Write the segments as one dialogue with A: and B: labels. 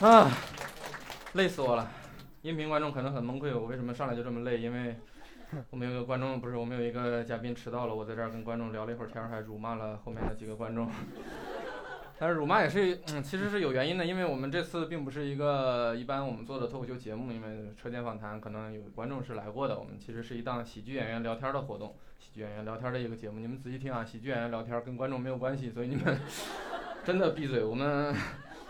A: 啊，累死我了！音频观众可能很崩溃，我为什么上来就这么累？因为我们有一个观众不是，我们有一个嘉宾迟到了，我在这儿跟观众聊了一会儿天儿，还辱骂了后面的几个观众。但是辱骂也是，嗯，其实是有原因的，因为我们这次并不是一个一般我们做的脱口秀节目，因为车间访谈可能有观众是来过的，我们其实是一档喜剧演员聊天的活动，喜剧演员聊天的一个节目。你们仔细听啊，喜剧演员聊天跟观众没有关系，所以你们 真的闭嘴。我们，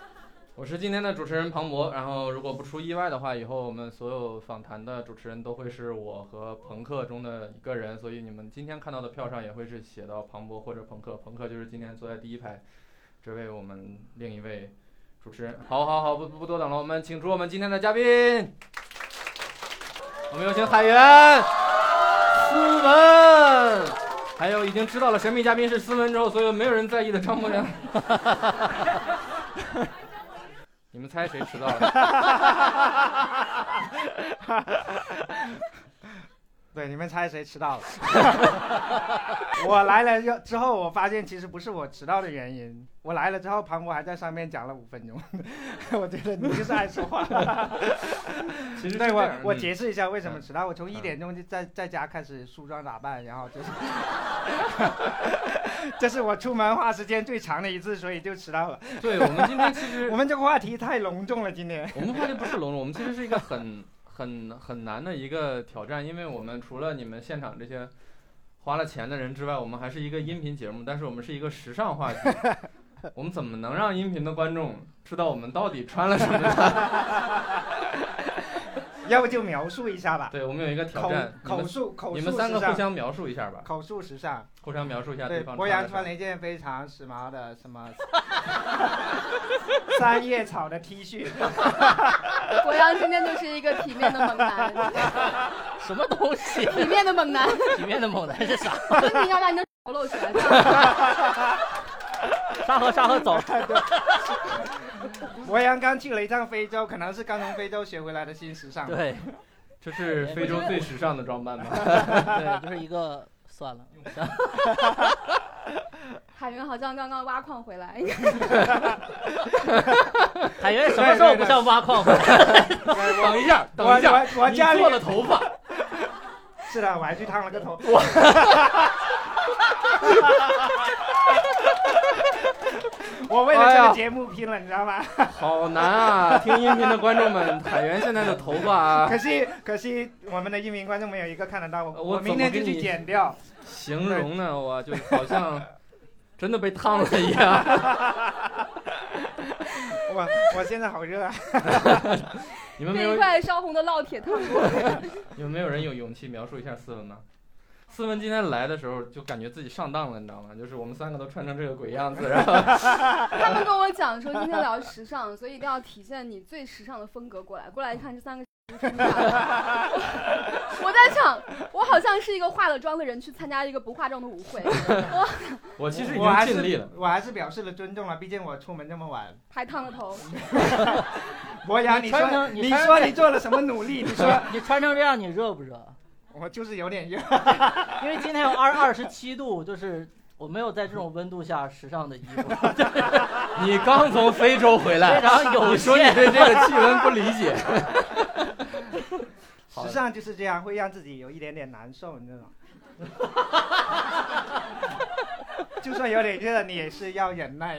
A: 我是今天的主持人庞博，然后如果不出意外的话，以后我们所有访谈的主持人都会是我和朋克中的一个人，所以你们今天看到的票上也会是写到庞博或者朋克，朋克就是今天坐在第一排。这位我们另一位主持人。 好，好，好，不不多等了，我们请出我们今天的嘉宾，我们有请海源、思文，还有已经知道了神秘嘉宾是思文之后，所有没有人在意的张博 洋。你们猜谁迟到了？
B: 对，你们猜谁迟到了？ 我来了又之后，我发现其实不是我迟到的原因。我来了之后，庞博还在上面讲了五分钟， 我觉得你就是爱 说话。
A: 其实
B: 对，我我
A: 姐
B: 解释一下为什么
A: 嗯
B: 迟到。我从
A: 嗯
B: 一点钟就在在家开始梳妆打扮，然后就是，这是我出门花时间最长的一次，所以就迟到了。
A: 对我们今天其实
B: 我们这个话题太隆重了，今天。
A: 我们话题不是笼笼，我们其实是一个很很很难的一个挑战，因为我们除了你们现场这些花了钱的人之外，我们还是一个音频节目，但是我们是一个时尚话题。 我们怎么能让音频的观众知道我们到底穿了什么 呢？
B: 要不就描述一下吧，
A: 对，我们有一个挑
B: 口
A: 战，你
B: 口
A: 们
B: 述口
A: 你
B: 述
A: 们三
B: 时
A: 个互
B: 尚，
A: 相描述一下吧，
B: 口述时尚。
A: 互相描述一下
B: 对，
A: 方
B: 博洋穿
A: 的。
B: 了一件非常时髦的什么三叶草的 T 恤，
C: 博洋今天就是一个体面的猛男，
D: 什么东西？
C: 体面的 猛男，
D: 里面的猛男是 啥？
C: 就是你要把你的手露出来。
D: 沙河沙河走，
B: 博洋刚去了一趟非洲，可能是刚从非洲学回来的新时尚。，
D: 对
A: 这是非洲最时尚的装扮吧？
D: 对，就是一个算了，
C: 海云好像刚刚挖矿回来，
D: 海源什么时候不像挖 矿？
A: 等一下，
B: 我
A: 等一下，
B: 我我
A: 你
B: 家里
A: 做了头发，
B: 是的，我还去烫了个头。 我为
A: 哎
B: 了这个节目拼了，你知道吗？
A: 好难啊！听音频的观众们，海源现在的头发啊呃
B: 可惜可惜我们的一名观众没有一个看得到我，
A: 我
B: 我
A: 怎么
B: 明天就
A: 给你
B: 去剪掉。
A: 形容呢，我就好像真的被烫了一 样。
B: 我我现在好热啊！
A: 你们没
C: 被一
A: 有，
C: 块烧红的烙铁烫过。
A: 你们没有人有勇气描述一下斯文吗？斯文今天来的时候就感觉自己上当了，你知道吗？就是我们三个都穿成这个鬼样子，然 后
C: 他们跟我讲说今天聊时尚，所以一定要体现你最时尚的风格过来。过来一看，这三个。 我在想，我好像是一个化了妆的人去参加一个不化妆的舞会，我
A: 我其实已
B: 我还
A: 经
B: 是
A: 尽力了。
B: 我还是表示了尊重了，毕竟我出门这么 晚。
C: 还烫了头。
B: 博洋，
D: 你
B: 你
D: 穿
B: 说
D: 成你
B: 你
D: 穿
B: 说
D: 成
B: 你做了什么努力？你说
D: 你穿成这样你热不热？
B: 我就是有点热，
D: 因为今天有二二十七度，就是我没有在这种温度下时尚的衣 服，
A: 你刚从非洲回
D: 非
A: 来，
D: 常有
A: 你说你
D: 限。
A: 对这个气温不理解，好的
B: 时尚就是这样，会让自己有一点点难受，你知道吗？ 就算有点热，你也是要忍耐。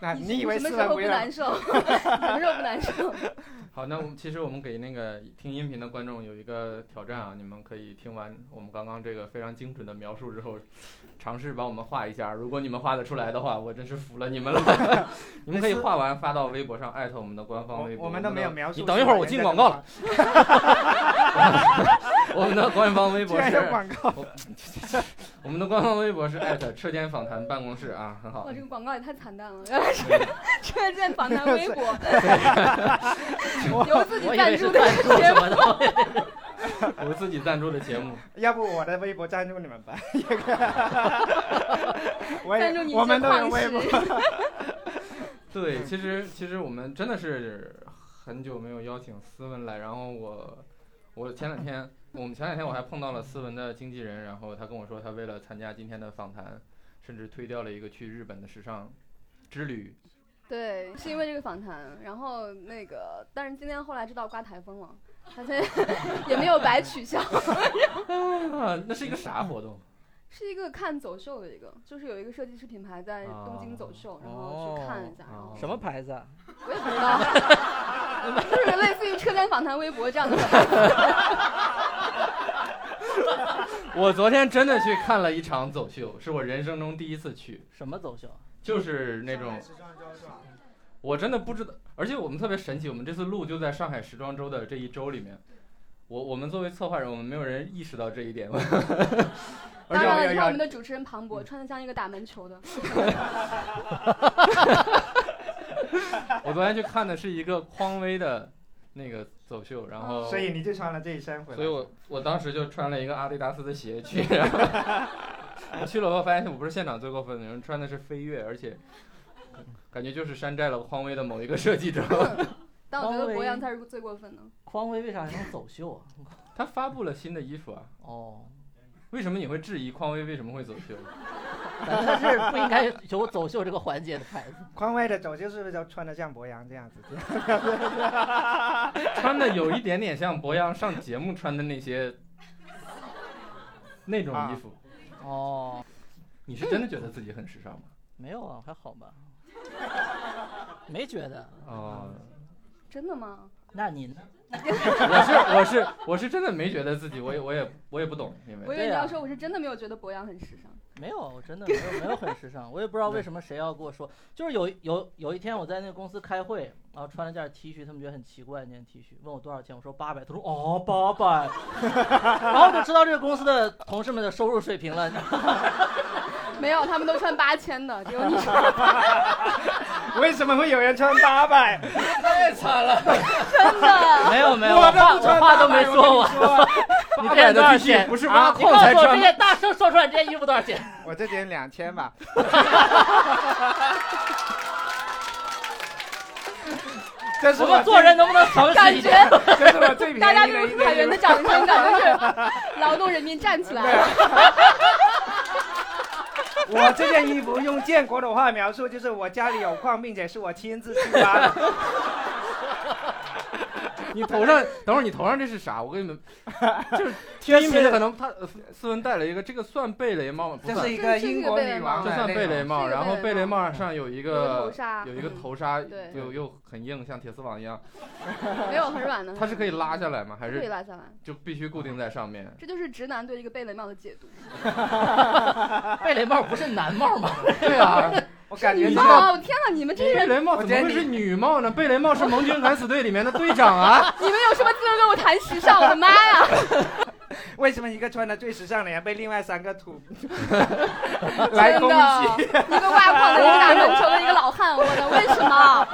B: 那 你以为
C: 什么
B: 斯
C: 时
B: 文
C: 候不
B: 不热？
C: 难受？什么时候不难受？
A: 好，那我们其实我们给那个听音频的观众有一个挑战啊，你们可以听完我们刚刚这个非常精准的描述之后，尝试把我们画一下。如果你们画得出来的话，我真是服了你们了。 你们可以画完发到微博上，艾特我们的官方微
B: 我
A: 博。
B: 我们都没有描述。
A: 你等一会儿，我进广告了。我们的官方微
B: 居
A: 博
B: 然
A: 是
B: 有广告，
A: 我们的官方微博是艾特车间访谈办公室啊，
B: 哦
A: 很好
C: 哇，这。个广告也太惨淡了， 原来是车间访谈微 博， 由自己
D: 我以
C: 赞
D: 为
C: 助
D: 是
C: 的
D: 赞助
C: 节
D: 什
C: 目。
D: 么的，
A: 我自己赞助的节目，
B: 要不我的微博赞助你们吧， 我
C: 赞助你
B: 也我们都有微博
C: 一些，
A: 对，其实其实我们真的是很久没有邀请斯文来，然后我我前两天我们前两天我还碰到了斯文的经纪人，然后他跟我说他为了参加今天的访谈，甚至推掉了一个去日本的时尚之旅。
C: 对，是因为这个访谈，然后那个，但是今天后来知道刮台风了，他现在 也没有白 取消，
A: 啊，那是一个啥活动？啊
C: 是一个看走秀的一个，就是有一个设计师品牌在
B: 哦
C: 东京走秀，然后去看了一下，然后
A: 哦
D: 什么牌子啊？
C: 我也不知道， 就是类似于车间访谈微博这样的吧，
A: 我昨天真的去看了一场走秀，是我人生中第一次去，
D: 什么走秀？啊
A: 就是那种我真的不知道，而且我们特别神奇，我们这次录就在上海时装周的这一周里面。我我们作为策划人，我们没有人意识到这一点。而
C: 当
A: 且我
C: 然了，你看我们的主持人庞博穿的像一个打门球的，
A: 我昨天去看的是一个匡威的那个走秀，然后
B: 所以你就穿了这一身哦回来。
A: 所以我我当时就穿了一个阿迪达斯的鞋去，然 后我去了以后发现我不是现场最过分的人，穿的是飞跃，而且感觉就是山寨了匡威的某一个设计者。
C: 但我觉
D: 匡
C: 得
D: 威
C: 博洋才是最过分的。
D: 匡威为啥还能走秀啊？
A: 他发布了新的衣服啊，
D: 哦，
A: 为什么你会质疑匡威为什么会走秀？
D: 反正是不应该有走秀这个环节的牌子。
B: 匡威的走秀是不是都穿的像博洋这 样子？
A: 穿的有一点点像博洋上节目穿的那 些那种
B: 啊
A: 衣服。
D: 哦，
A: 你是真的觉得自己很时尚吗？
D: 没有啊，还好吧，没觉得。
A: 哦，
C: 真的吗？
D: 那你呢
A: 我是我是我是真的没觉得自己，我也我也我也不懂，因
C: 我
A: 为
C: 以为你
D: 对啊
C: 要说我是真的没有觉得博洋很时尚。
D: 没有，我真的没有没有很时尚，我也不知道为什么谁要跟我说，就是有有有一天我在那个公司开会，然后穿了件 T 恤，他们觉得很奇怪，那件 T 恤问我多少钱，我说八百，他说哦八百， 然后我就知道这个公司的同事们的收入水平了。
C: 没有，他们都穿八千的，只有你穿
B: 为什么会有人穿八百？
A: 太惨了，
C: 真的。
D: 没有没有，
B: 我
D: 我
B: 都不
D: 话哎我
B: 穿
D: 话都
B: 800
D: 没说完，
B: 我跟你说
D: 你
A: 八百
D: 这件
A: 的
D: 多少
A: T 恤
D: 钱？
A: 不是
D: 啊
A: 挖
D: 你
A: 矿
D: 告
A: 才
D: 诉我这
A: 穿的。
D: 件大声说出来，这件衣服多少钱？
B: 我这件两千 吧，这是
D: 我
B: 我
D: 们
B: 最
D: 做人，能不能诚实
C: 感
D: 一
C: 觉
D: 点？
B: 这是我最
C: 大家
B: 便宜的一
C: 对裁
B: 件
C: 员的
B: 衣服。
C: 掌声，感觉是 劳动人民站起来了。
B: 我这件衣服用建国的话描述就是我家里有矿，并且是我亲自去挖的。
A: 你头上等会儿你头上这是啥？我给你们，就是第
B: 这
A: 一名
B: 是
A: 可能他呃斯文戴了一个这个算贝雷帽吗？不
B: 这
A: 算
B: 是，一个英国女王
A: 这
B: 的
A: 算贝雷帽。
C: 这个
A: 然
C: 贝雷帽
A: 后贝雷帽上有一
C: 有个
A: 个
C: 头纱
A: 有一个
C: 嗯
A: 头纱，
C: 对
A: 又又很硬，像铁丝网一样。
C: 没有很软的，
A: 它是可以拉下来吗？还
C: 嗯可以
A: 是
C: 拉下来。
A: 就必须固定在上 面？
C: 这就是直男对一个贝雷帽的解读。
D: 贝雷帽不是男帽吗？
A: 对 啊，
B: 我感觉
C: 女
B: 这
A: 知道
B: 个
C: 帽，天哪！你们这些
A: 贝
C: 人，
A: 雷帽
B: 我
A: 怎么
B: 觉得
A: 会
B: 你
A: 是女帽呢？贝雷帽是盟军敢死队里面的队长啊！
C: 你们有什么资格跟我谈时尚？我的妈呀！
B: 为什么一个穿的最时尚的人被另外三 个土来
C: 真
B: 攻
C: 的
B: 击？，
C: 一个挖矿的，一个打篮球的，一个老汉，我的为什么？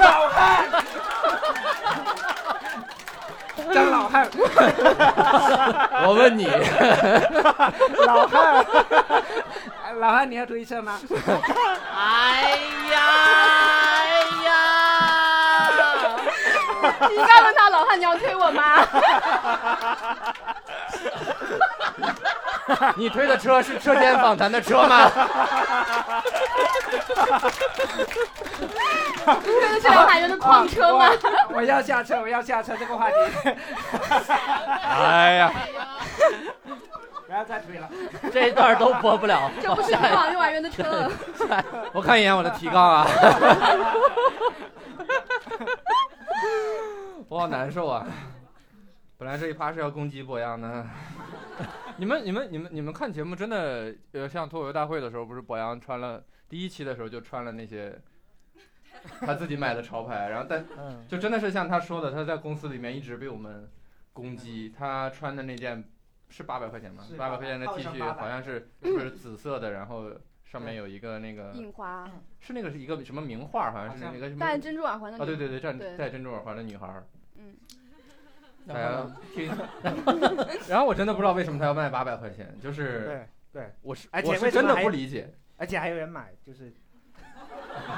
B: 老汉，张老汉，
A: 我问 你，
B: 老汉，老汉，你要推车吗？
D: 哎呀哎呀！
C: 你应该问他老汉，你要推我吗？
B: 哦
A: 你推的车是车间访谈的车吗？
C: 推的这辆喊着是矿车吗？
B: 我要下车，我要下车，这个话题
A: 哎呀，
B: 不要再推了。
D: 这一段都播不了，
C: 这不是推往幼儿园的车了。
A: 我看一眼我的提纲啊， 我好难受啊！本来这一趴是要攻击博洋的，你们、你们、你们、你们看节目真的，呃，像脱口秀大会的时候，不是博洋穿了第一期的时候就穿了那些他自己买的潮牌，然后但
D: 嗯，
A: 就真的是像他说的，他在公司里面一直被我们公鸡，他穿的那件是八百块钱吗
B: 是？
A: 八百块钱的
B: 套
A: T
B: 上
A: 恤
B: 800
A: 好像 是是不是紫色的，然后上面有一个那个
C: 印花
A: 是那个是一个什么名画，好像是
B: 好像
A: 那个什么
C: 戴珍珠耳环的
A: 啊对对
C: 女，
A: 对，戴
C: 对
A: 戴珍珠耳环的女孩儿。
C: 嗯，
A: 大家听， 然后我真的不知道为什么他要卖八百块钱， 就是
B: 对对，
A: 我是
B: 而且
A: 我是
B: 为什
A: 真
B: 么
A: 的
B: 还
A: 不理解，
B: 而且还有人买， 就是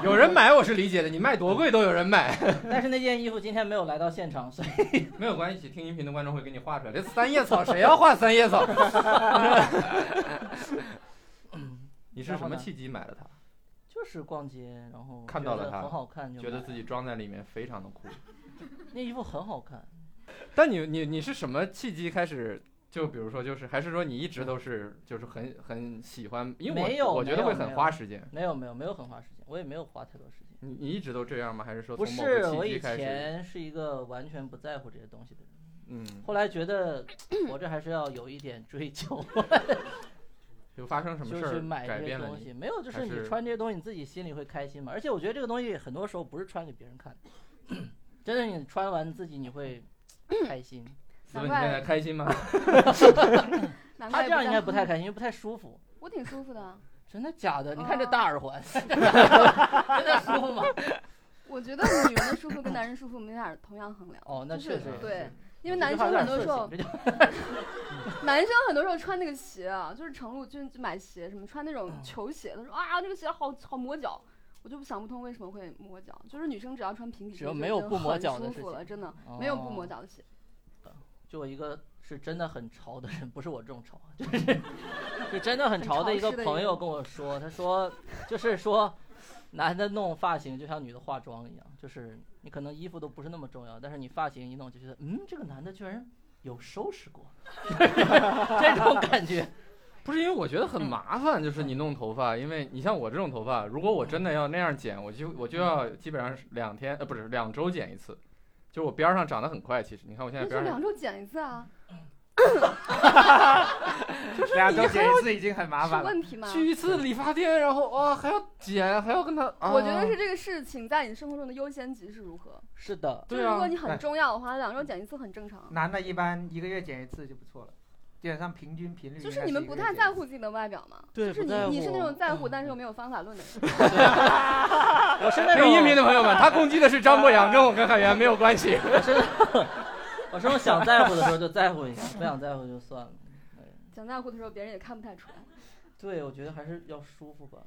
A: 有人买我是理解的，你卖多贵都有人买，
D: 但是那件衣服今天没有来到现场，所以
A: 没有关系，听音频的观众会给你画出来。这三叶草谁要画三叶 草？ 你是什么契机买了它？
D: 就是逛街，然后
A: 看到了
D: 觉得
A: 它
D: 很好看就买
A: 觉
D: 了，
A: 得自己装在里面非常的酷。
D: 那衣服很好看。
A: 但你你你是什么契机开始？就比如说，就是还是说你一直都是就是很很喜欢，因为我
D: 没有
A: 我觉得
D: 没有
A: 会
D: 没
A: 很
D: 有
A: 花时间。
D: 没有没有没有很花时间，我也没有花太多时间。
A: 你你一直都这样吗？还是说
D: 不
A: 从某
D: 是，
A: 个
D: 我
A: 契
D: 以
A: 机开始？
D: 前是一个完全不在乎这些东西的人，
A: 嗯，
D: 后来觉得 活着还是要有一点追求，
A: 有发生什么
D: 就
A: 事
D: 是
A: 儿
D: 买
A: 改
D: 这些
A: 变了
D: 东
A: 你？
D: 西。没有，就
A: 还
D: 是
A: 是
D: 你穿这些东西，你自己心里会开心嘛。而且我觉得这个东西很多时候不是穿给别人看的， 真的你穿完自己你会 开心。
A: 所以你现在开心吗？
C: 难
D: 他
C: 怪
D: 这样应该
C: 不
D: 不
C: 在
D: 太开心，因为不太舒服。
C: 我挺舒服的，啊
D: 真的假的？你看
C: 哦
D: 这大 耳环，真的舒服吗？
C: 我觉得女人的舒服跟男人舒服没法同样衡量，
D: 哦， 那
C: 就是
D: 确实
C: 对，因
D: 因
C: 为男生很多时候，
D: 这就
C: 男生很多时候穿那个鞋啊，就是程璐就就买鞋什么穿那
D: 嗯
C: 种球鞋，他说啊这个鞋好好磨脚，我就想不通为什么会磨脚。就是女生只要穿平底鞋，
D: 只要没有不磨脚的
C: 舒
D: 事
C: 服了，
D: 情哦
C: 真的没有不磨脚的鞋。
D: 就我一个是真的很潮的人，不是我这种潮，啊就是 就真的很潮的一
C: 很潮
D: 个
C: 湿的
D: 朋
C: 一
D: 友
C: 个
D: 跟我说，他说就是说，男的弄发型就像女的化妆一样，就是你可能衣服都不是那么重要，但是你发型一弄就觉得，嗯，这个男的居然有收拾过， 这种感觉。
A: 不是因为我觉得
D: 嗯
A: 很麻烦，就是你弄头发，因为你像我这种头发，如果我真的要那样剪，我就我就要
D: 嗯
A: 基本上是两天呃不是两周剪一次，就我边儿上长得很快，其实你看我现
C: 那
A: 在
C: 就
A: 边儿上
C: 两周剪一次啊，
B: 两周剪一次已经很麻
C: 是
B: 烦了。
C: 问题吗？
A: 啊去一次理发店，然后哇还要剪，还要跟他，啊
C: 我觉得是这个事情在你生活中的优先级是如何。
D: 是的，
C: 就是
A: 对啊
C: 如果你
B: 哎
C: 很重要的话，两周剪一次很正常。
B: 男的一般一个月剪一次就不错了，基本上平均频率。
C: 就是你们不太在。乎自己的外表嘛，
D: 对
C: 就是
D: 不
C: 你
D: 在
C: 你是那
D: 乎
C: 种在乎
D: 嗯
C: 但是又没有方法论的人。
D: 我是那种
A: 听音频的朋友们，他攻击的是张博洋，跟我跟海源没有关 系。
D: 我是我是那种想在乎的时候就在乎一下，不想在乎就算了。
C: 讲在乎的时候，别人也看不太出来。
D: 对，我觉得还是要舒服吧。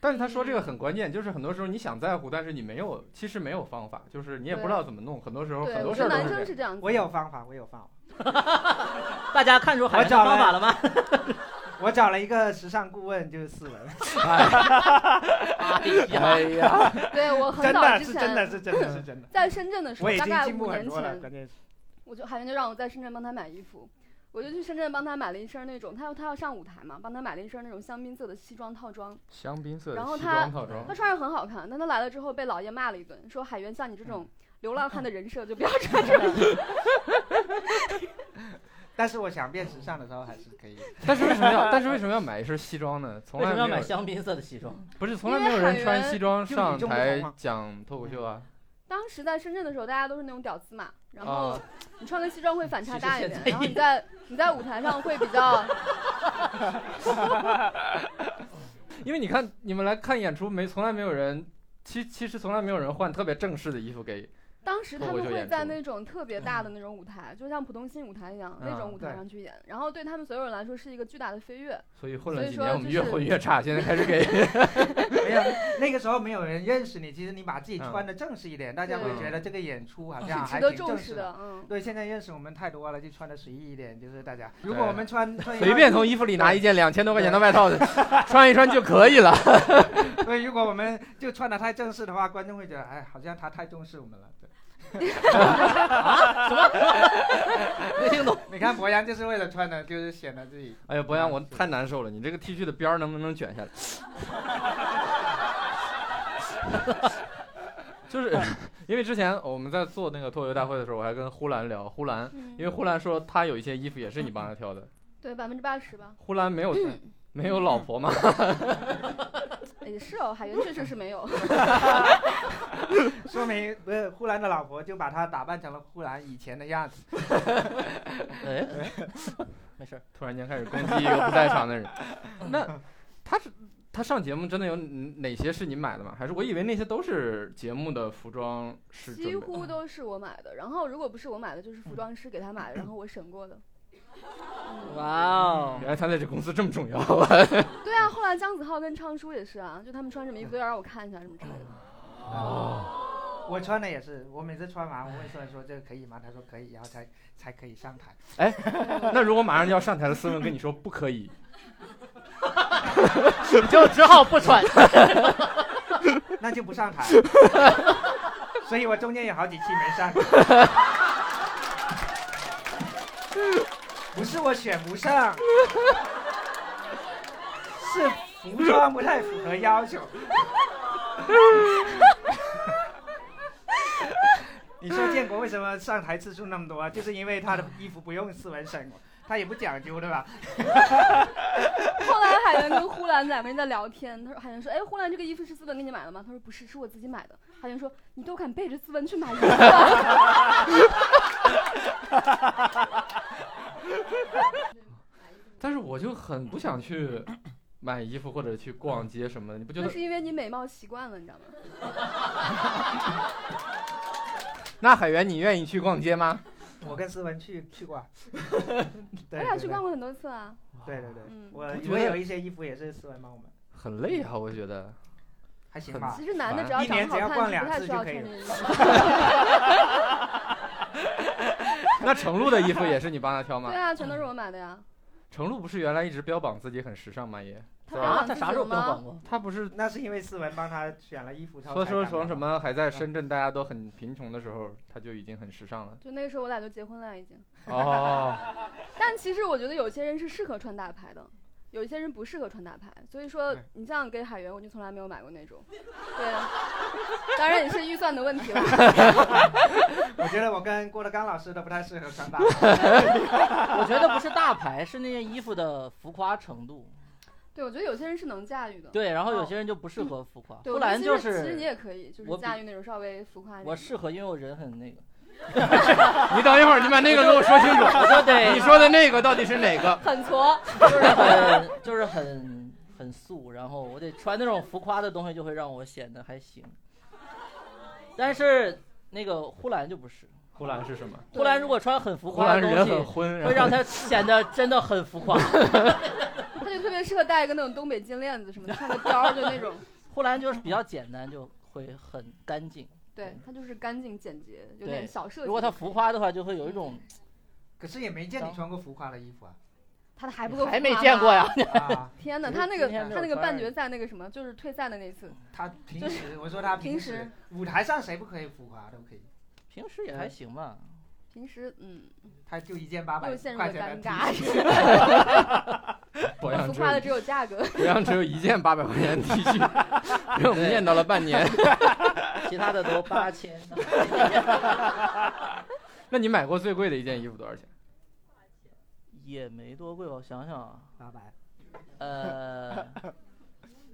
A: 但是他说这个很关键，就是很多时候你想在乎，但是你没有，其实没有方法，就是你也不知道怎么弄，很多时候很
C: 对，
A: 多
C: 我
A: 事
C: 觉
A: 儿
C: 得
A: 都
C: 男
A: 是这样。
C: 生是这样子。
B: 我有方法，我有方法。
D: 大家看出海
B: 我
D: 源的
B: 找
D: 方
B: 了
D: 法了吗？
B: 我找了一个时尚顾问，就是四文，
D: 哎呀
A: 哎呀，
C: 对我很
B: 真
C: 早
B: 的
C: 之
B: 是真的
C: 前
B: 是真的是真的。
C: 在深圳的时
B: 我
C: 候，
B: 已
C: 大
B: 经
C: 概
B: 进步
C: 五
B: 很
C: 年
B: 多了，
C: 前，
B: 关键是
C: 我就海源就让我在深圳帮他买衣服，我就去深圳帮他买了一身那种，他要他要上舞台嘛，帮他买了一身那种香槟色的西装套装，
A: 香槟色的
C: 然后
A: 西
C: 他
A: 装套装
C: 他，穿着很好看，但他来了之后被老爷骂了一顿，说海源像你这种流浪汉的人设就不要穿这种衣服。
B: 但是我想变时尚的时候还是可以。
A: 但是为什么要？但是为什么要买一身西装呢？从
D: 为
A: 来
D: 什
A: 没
D: 么要 买
A: 有
D: 香槟色的西装？
A: 不是从来没有人穿西装上
B: 因为海
A: 台
B: 源
A: 讲脱口秀啊。
C: 当时在深圳的时候，大家都是那种屌丝嘛，然后
A: 啊
C: 你穿个西装会反差大一
D: 其实
C: 点然
D: 现，在
C: 后你在你在舞台上会比较。
A: 因为你看你们来看演出没，从来没有人，其其实从来没有人换特别正式的衣服给。
C: 当时他
A: 脱口
C: 们
A: 秀
C: 会
A: 演
C: 在
A: 出
C: 那种特别大的那种舞台，就像浦东新舞台一样、那种
A: 嗯
C: 舞台
B: 对
C: 上去演，然后对他们所有人来说是一个巨大的飞跃。
A: 所以混了几
C: 所以
A: 年，
C: 说
A: 我们
C: 就
A: 越
C: 是
A: 混越差，现在开始给。
B: 没有，那个时候没有人认识你，其实你把自己穿的正式一点，大家会
A: 对
B: 觉得这个演出好像
C: 是值
B: 还
C: 得
B: 挺
C: 重
B: 正
C: 视
B: 式。
C: 的，嗯，
B: 对，现在认识我们太多了，就穿的随意一点，就是大家。如
A: 对
B: 果我们穿穿一
A: 随
B: 套
A: 便从衣服里拿一件两千多块钱的外套，穿一穿就可以了。
B: 对，如果我们就穿的太正式的话，观众会觉得，哎，好像他太重视我们了。对，
D: 没听懂。
B: 你看博洋就是为了穿的，就是显得自己。
A: 哎呀，博洋，我太难受了，你这个 T 恤的边儿能不能卷下来？ 就是因为之前我们在做那个脱口秀大会的时候，我还跟呼兰聊，呼兰，
C: 嗯
A: 因为呼兰说他有一些衣服也是你帮他挑的，
C: 对，百分之八十吧，
A: 呼兰没有没有老婆嘛，
C: 也是哦，海源确实是没有，
B: 说明不是呼兰的老婆就把他打扮成了呼兰以前的样子。
D: 哎，没事儿，
A: 突然间开始攻击一个不在场的人。那他是他上节目真的有哪些是你买的吗？还是我以为那些都是节目的服装是
C: 几
A: 准备的？
C: 乎都是我买的。然后如果不是我买的，就是服装师给他买的，然后我审过的。
D: 哇哦，
A: 原来他在这公司这么重要啊！
C: 对啊，后来姜子浩跟昌叔也是啊，就他们穿什么衣服都要让我看一下什么之类的。
B: 啊我穿的也是，我每次穿完我问孙文说这个可以吗？他说可以，然后才才可以上台。
A: 那如果马上就要上台了，斯文跟你说不可以，
D: 你就只好不穿。
B: 那就不上台。 所以我中间有好几期没上。不是我选不上，是服装不太符合要求。你说建国为什么上台次数那么多啊？就是因为他的衣服不用斯文审，他也不讲究，对吧？
C: 后来海源跟呼兰两个人在聊天，他说海源说：“哎，呼兰这个衣服是思文给你买的吗？”他说：“不是，是我自己买的。”海源说：“你都敢背着思文去买衣服 啊？”
A: 但是我就很不想去买衣服或者去逛街什么的，你不觉
C: 那
A: 得？
C: 是因为你美貌习惯了，你知道吗？
A: 那海源，你愿意去逛街吗？
B: 我跟斯文去去过啊，
C: 我
B: 对
C: 俩去逛过很多次啊。
B: 对对对，
C: 嗯
B: 我
A: 我觉
B: 我
A: 得
B: 有一些衣服也是斯文帮我们，
A: 很累啊，我觉得。
B: 还行吧
C: 其。实男的只要
B: 啊一年
C: 长
B: 只要
C: 得好
B: 逛
C: 看，
B: 两
C: 是不太
B: 次
C: 需要
B: 就可以
C: 穿这个
B: 了
C: 衣服。
A: 那程璐的衣服也是你帮他挑吗
C: 对？啊，全都是我买的呀。
A: 程璐不是原来一直标榜自己很时尚吗？也，
C: 他
A: 对
C: 标
D: 啊，
C: 榜
D: 他
C: 自己
D: 啥时候
C: 了
D: 跟我
C: 吗
D: 讲？过？
A: 他不是
B: 那是因为思文帮他选了衣服，他
A: 说
B: 才
A: 说
B: 敢
A: 从
B: 买
A: 什
B: 的？
A: 么还在深圳，大家都很贫穷的时候，他就已经很时尚了。
C: 就那个时候我俩就结婚了已经。
A: 哦，
C: 但其实我觉得有些人是适合穿大牌的，有一些人不适合穿大牌。所以说
B: 对，
C: 你像给海源，我就从来没有买过那种。对，啊当然也是预算的问题了。
B: 我觉得我跟郭德纲老师都不太适合穿搭。
D: 我觉得不是大牌，是那件衣服的浮夸程 度。
C: 对，我觉得有些人是能驾驭的。
D: 对，然后有些人就不适合浮夸。
C: 哦对，
D: 呼
C: 我觉得
D: 兰
C: 其
D: 就
C: 实其实你
D: 是
C: 也可以，就
D: 我
C: 是
D: 比
C: 驾驭那种稍微浮夸一点。
D: 我适合，因为我人 很那个。
A: 你等一会儿，你把那个给我说清楚。
D: 我就得
A: 你说的那个到底是哪个？
C: 很挫，
D: 就是很就是很很素，然后我得穿那种浮夸的东西，就会让我显得还行。但是那个呼兰就不是，
A: 呼兰是什么？
D: 呼兰如果穿很浮
A: 呼
D: 夸
A: 兰
D: 的
A: 人
D: 东
A: 很
D: 西，
A: 昏，然
D: 会
A: 后
D: 让他显得真的很浮 夸。
C: 他就特别适合戴一个那种东北金链子什么的，穿个貂儿就那种。
D: 呼兰就是比较简单，就会很干净。
C: 对，他就是干净简洁，有点
D: 对
C: 小设计。
D: 如果他浮夸的话，就会有一种
B: 可是也没见你穿过浮夸的衣服 啊！
C: 他的还不够，
D: 还没见过。呀。
B: 啊，
C: 天哪，
D: 其实
C: 他那个
D: 今天没有
C: 他那个
D: 穿
C: 半决赛那个什么，就是退赛的那次，
B: 他平时我说他
C: 平
B: 时
C: 时
B: 舞台上谁不可以浮夸都可以，
D: 平时也还行吧，
C: 平时嗯，
B: 他就一件八百
C: 又陷入了
B: 块钱的
C: 尴
B: T 恤，
C: 尬。
A: 我 想
C: 浮
A: 只
C: 夸的
A: 有
C: 只有价格，
A: 我想只有一件八百块钱的 T 恤，被我们念叨了半年。
D: 其他的 都八千。
A: 那你买过最贵的一件衣服多少钱？
D: 也没多贵吧，我想 想啊，
B: 八百。
D: 呃，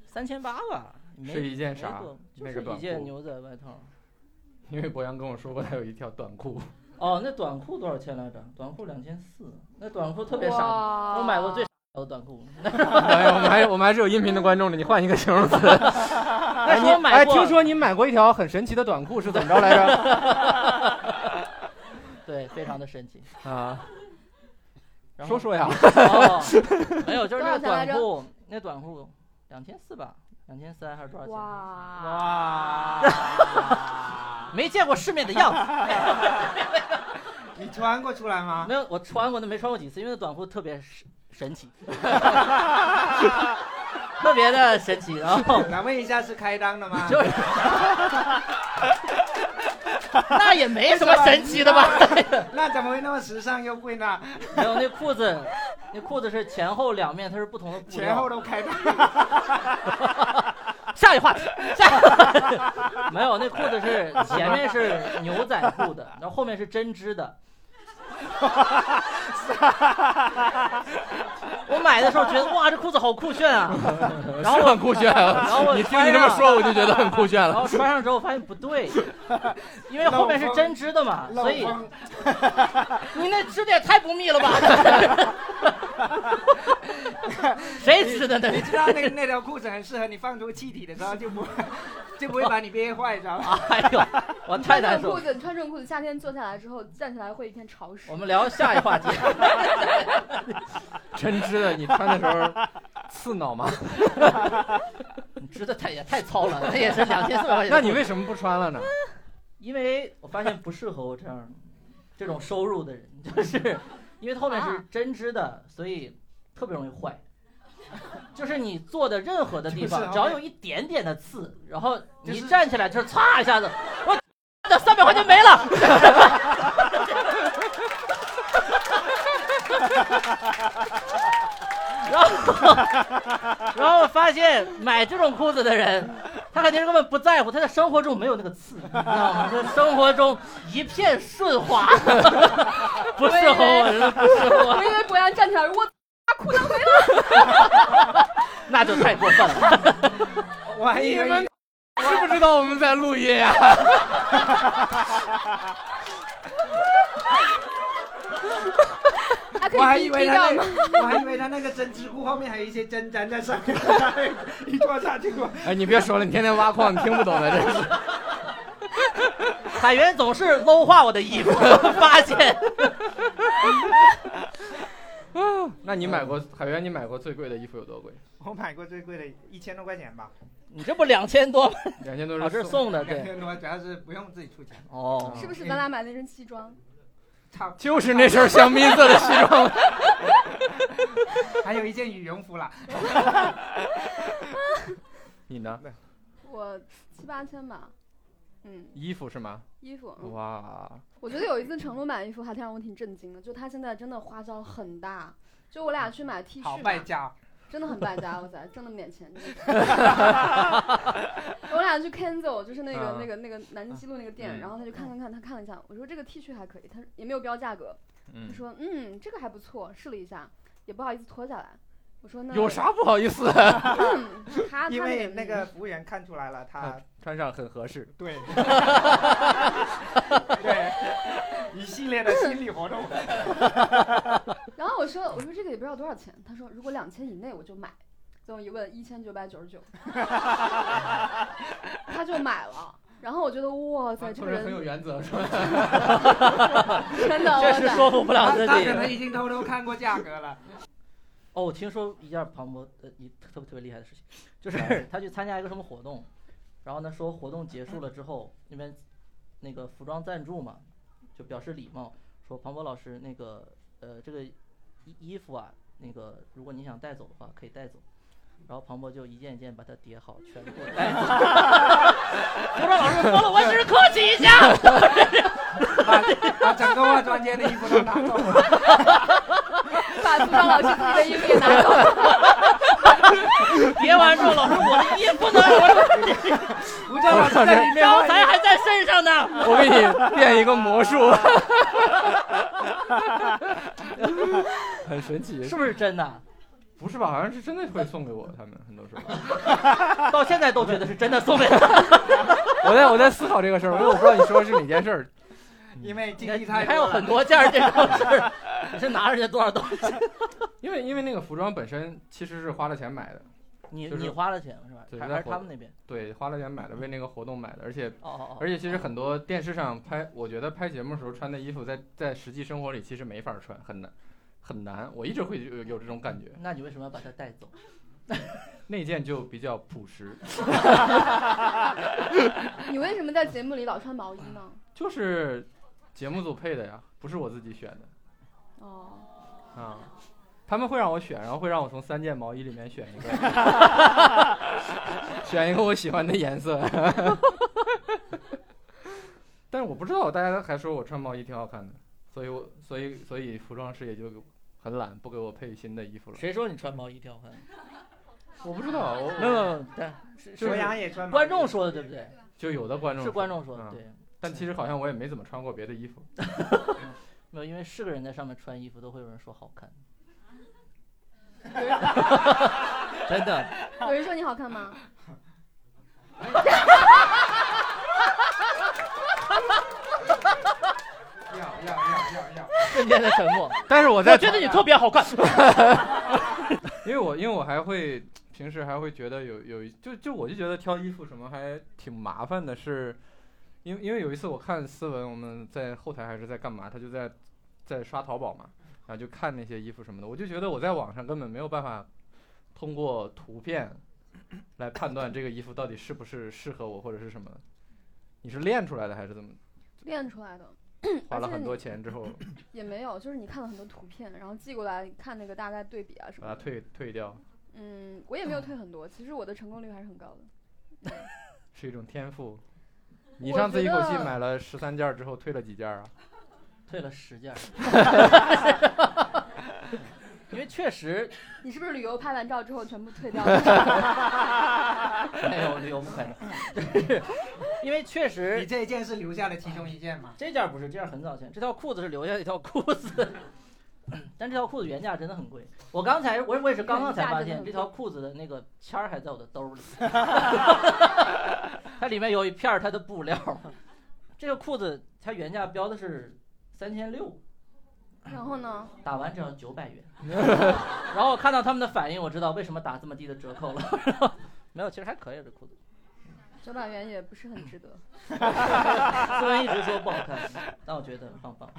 D: 三千八吧，没
A: 是一件
D: 没
A: 啥
D: 多就
A: 那
D: 是
A: 个短
D: 一件
A: 裤
D: 牛仔外套。
A: 因为博洋跟我说过，他有一条短裤。
D: 哦，那短裤多少钱来着？短裤两千四，那短裤特别傻，
C: 哇，
D: 我买过最傻的短裤。
A: 哎呀，我们还有我们还是有音频的观众的，你换一个形 容词。哎，
D: 那
A: 你
D: 时候买
A: 哎，
D: 过，
A: 听说你买过一条很神奇的短裤，是怎么着来着？
D: 对，非常的神 奇。
A: 啊，
D: 然
A: 说
D: 后
A: 说 呀。
D: 哦，没有，就是那个
C: 多少钱来着
D: 短裤，那短裤两千四吧，两千三还是多少钱？
C: 哇，啊
B: 哇！
D: 没见过世面的 样子，
B: 你穿过出来吗？
D: 没有，我穿过，那没穿过几次，因为那短裤特别神神奇，特别的神奇。然后
B: 来问一下是开裆的 吗？
D: 就是， 那也没什么神奇的吧？
B: 那怎么会那么时尚又贵呢？
D: 没有，那裤子，那裤子是前后两面它是不同的布料。
B: 前后都开裆，
D: 下一话题，下一话题 没有，那 裤子是前面是牛仔裤的，然后后面是针织的。我买的时候觉得哇，这裤子好酷炫啊，然后
A: 是很酷炫啊
D: 然后我
A: 你听
D: 穿
A: 你这么
D: 上
A: 说，我就觉得很酷炫
D: 然后
A: 了。
D: 穿上之后发现不对，因为后面是针织的嘛，
B: 漏
D: 所以
B: 风
D: 你那织的也太不密 了吧？谁织的那
B: 你
D: 是？
B: 知道那个那条裤子很适合你放出气体的时候就不会 就不会把你憋坏，知道 吧？
D: 哎呦，我太
C: 穿这
D: 难
C: 种
D: 受
C: 裤
D: 了。
C: 子，你穿这种裤子，夏天坐下来之后站起来会一片潮湿
D: 我。们聊下一话题。
A: 针织的，你穿的时候刺挠吗？
D: 你织的太也太糙了， 那也是两千四百
E: 哎
D: 块钱。
A: 那你为什么不穿了呢？
D: 因为我发现不适合我这样这种收入的人， 就是因为后面
B: 啊
D: 是针织的，所以特别容易坏。就是你坐的任何的
B: 就
D: 地
B: 是
D: 方，
B: 啊
D: 只要有一点点的刺，然后
B: 就
D: 你
B: 是
D: 一站起来就是擦一下子，我的三百块钱没 了。 然后，然后我发现买这种裤子的人，他肯定是根本不在乎，他在生活中没有那个刺，你知道吗？在生活中一片顺滑， 不适合我，真的不适合
C: 我
D: 我，
C: 以为 博洋站起来，我
D: 那就太过分了。
B: 我还
A: 你
B: 以为
A: 们 知不知道我们在录音呀、
C: 还可
B: 我还
C: 以
B: 以
C: 逼逼
B: 为
C: 掉
B: 他
C: 吗？
B: 那个我还以为他那个针织裤后面还有一些针粘在上面， 一坐下去 过。
A: 哎，你别说了，你天天挖矿，你听不懂的，真是。
D: 海源总是搂化我的衣服，发现
A: 那你买过海源？你买过最贵的衣服有多贵？
B: 我买过最贵的一千多块钱吧，
D: 你这不两千多吗？
A: 两千多
D: 哦，这
A: 是
D: 是送的，
B: 两
D: 对，
B: 千多，主要是不用自己出钱，
D: 哦，
C: 是不是咱俩买那身西装？
B: 差 不
A: 就是那身香槟色的西装。
B: 多还有一件羽绒服 啦。
A: 你呢？
C: 我七八千吧。嗯，
A: 衣服是吗？
C: 衣服，嗯
A: 哇，
C: 我觉得有一次成龙买衣服还挺让我挺震惊的，就他现在真的花销很大。就我俩去买 T
B: 好
C: 恤
B: 败
C: 嘛，
B: 家，哦
C: 真的很败家，我在挣那么点 钱。真的是我俩去 Kenzo，就是那
B: 嗯
C: 个、
A: 啊
C: 那个那个南京西路那个店，
A: 嗯
C: 然后他就看看看，他看了一下，我说这个 T 恤还可以，他也没有标价格，他
A: 嗯，
C: 说嗯这个还不错，试了一下，也不好意思脱下来。我说
A: 嗯
C: 那嗯
A: 有啥不好意思？
C: 他他
B: 因为啊那
C: 那
B: 个嗯服务员看出来了，他
A: 穿上很合适。
B: 啊 对，对，一系列的心理活动。
C: 然后我说我说这个也不知道多少钱，他说如果两千以内我就买，最后一问一千九百九十九，他就买了。然后我觉得哇塞，这
A: 就
C: 个
A: 啊是很有
C: 人
A: 原则，是吧？
C: 真的，
D: 这
C: 哇
D: 是
C: 塞
D: 说服不了
B: 他
D: 自
B: 他可能
D: 己。
B: 已经偷偷看过价格了。
D: 哦，我听说一件庞博呃一特别特别厉害的事情，就是他去参加一个什么活动，然后呢说活动结束了之后，那边那个服装赞助嘛，就表示礼貌，说庞博老师那个呃这个衣衣服啊，那个如果你想带走的话可以带走。然后庞博就一件一件把它叠好，全部带走。 服装老师说了，我只是客气一下。
B: 把把整个化妆间的衣服都拿走，
C: 把服装老师自己的衣服给拿走 了，
D: 别完之后，老师我的衣服呢？我
B: 吴教老师在里面
D: 刚
B: 换
D: 才还在身上呢。
A: 我给你变一个魔术， 很神奇。
D: 是不是真的？啊
A: 不是吧？好像是真的会送给我，他们很多时候。
D: 到现在都觉得是真的送给他。
A: 我在我在思考这个事儿，因为我不知道你说的是哪件事儿。
B: 因为经
D: 你
B: 历太
D: 还有
B: 多
D: 很
B: 了。
D: 多件儿这种事 儿，你是拿人家多少东西？
A: 因为因为那个服装本身其实是花了钱买的，
D: 你
A: 就是
D: 你花了钱是吧？
A: 对
D: 还
A: 在
D: 还是
A: 活
D: 他们那边？
A: 对，花了钱买的，为那个活动买的，而且
D: 哦哦
A: 而
D: 哦。
A: 且其实很多电视上拍，我觉得拍节目的时候穿的衣服在，在实际生活里其实没法穿，很难很难。我一直会有有这种感觉，
D: 那你为什么要把它带走？
A: 那件就比较朴实，
C: 你为什么在节目里老穿毛衣呢？
A: 就是节目组配的呀，不是我自己选的
C: 哦，
A: 啊。他们会让我选，然后会让我从三件毛衣里面选一 个，选一个我喜欢的颜色。 但是我不知道，大家还说我穿毛衣挺好看的，所以我所以所以服装师也就很懒，不给我配新的衣服了。
D: 谁说你穿毛衣条痕？
A: 我不知道，我
D: 没有没有，但是
A: 就是
B: 博洋也穿，
D: 观众说的对不对？
A: 就有的观众
D: 是观众说
A: 嗯
D: 的对。
A: 但其实好像我也没怎么穿过别的衣服。
D: 没有，因为是个人在上面穿衣服，都会有人说好看。
F: 真的，
C: 有人说你好看吗？
B: 要要要要要，
F: 瞬间的沉默。
A: 但是我
D: 我
A: 在
D: 觉得你特别 好看。
A: 因为我因为我还会平时还会觉得有有一就就我就觉得挑衣服什么还挺麻烦的是，因为因为有一次我看思文我们在后台还是在干嘛，他就在在刷淘宝嘛，然后就看那些衣服什么的，我就觉得我在网上根本没有办法通过图片来判断这个衣服到底是不是适合我或者是什么。你是练出来的还是怎么？
C: 练出来的
A: 花了很多钱之后
C: 也没有，就是你看了很多图片，然后寄过来看那个大概对比啊什
A: 把
C: 么
A: 它
C: 的。
A: 退退掉，
C: 嗯，我也没有退很多，其实我的成功率还是很高的。
A: 是一种天赋。你
C: 我
A: 上次
C: 觉
A: 一口气
C: 得
A: 买了十三件儿之后退了几件儿啊？
D: 退了十件儿， 因为确实
C: 你是不是旅游拍完照之后全部退掉了？
D: 没哎有旅游不可能，就是 因为确实
B: 你这一件是留下的其中一件吗？
D: 这件儿不是，这件儿很早前，这条裤子是留下一条裤子， 但这条裤子原价真的很贵。我刚才我我也是刚刚才发现，这条裤子的那个签儿还在我的兜里， 它里面有一片儿它的布料。这个裤子它原价标的是三千六，
C: 然后呢？
D: 打完只要九百元。然后我看到他们的反应，我知道为什么打这么低的折扣了。 然后没有，其实还可以啊这裤子。
C: 九百元也不是很值得。
D: 虽然一直说不好看，但我觉得很棒。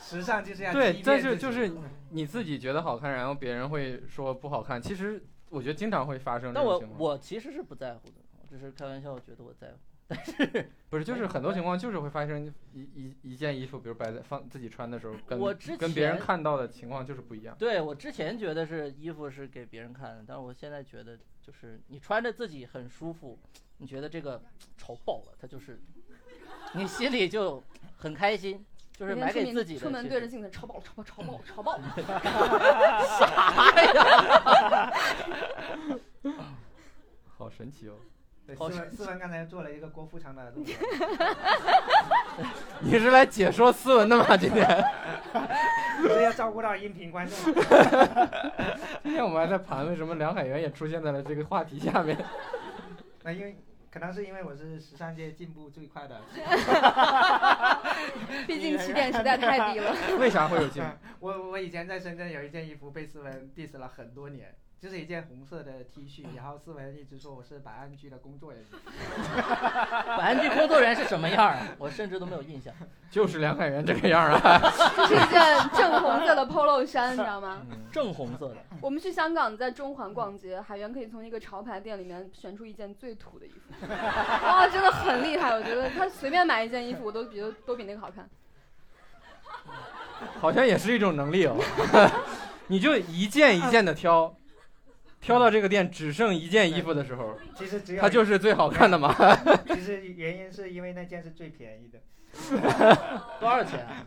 B: 时尚就是要
A: 对，
B: 激
A: 但
B: 烈
A: 是
B: 自己
A: 就是你自己觉得好看，然后别人会说不好看。其实我觉得经常会发生这
D: 但
A: 种
D: 我
A: 情况，
D: 我其实是不在乎的，我只是开玩笑，我觉得我在乎。
A: 不是
D: 哎
A: 就是很多情况就是会发生一一一件衣服，比如摆在放自己穿的时候，跟
D: 我之
A: 跟别人
D: 前
A: 看到的情况就是不一样。
D: 对我之前觉得是衣服是给别人看的，但是我现在觉得就是你穿着自己很舒服，你觉得这个丑爆了，它就是你心里就很开心，就是买给自己的。
C: 出门对着镜子超爆超爆超爆超 爆，
D: 哎呀，
A: 好神 奇哦！
B: 对
D: 好
B: 思文思文刚才做了一个郭富城的 动作，
A: 你是来解说斯文的吗？今天
B: 这要照顾到音频观众。
A: 今天我们还在盘为什么梁海源也出现在了这个话题下面。
B: 那因为可能是因为我是时尚界进步最快的，
C: 毕竟 起点实在太低了。
A: 为啥会有进
D: 哎
A: 步？
B: 我我以前在深圳有一件衣服被思文 diss 了很多年，就是一件红色的 T 恤，然后思文一直说我是百安居的工作人员。
D: 反正这工作人员是什么样啊？我甚至都没有印象。
A: 就是梁海源这个样儿啊！
C: 就是一件正红色的 polo 衫，你知道吗？
D: 正红色的，
C: 我们去香港，在中环逛街，海源可以从一个潮牌店里面选出一件最土的衣服，哇，真的很厉害！我觉得他随便买一件衣服，我都比都比那个好看。
A: 好像也是一种能力哦。 你就一件一件的挑，挑到这个店只剩一件衣服的时候，
B: 其实只有
A: 它就是最好看的嘛。
B: 其实原因是因为那件是最便宜的，
D: 多少钱啊、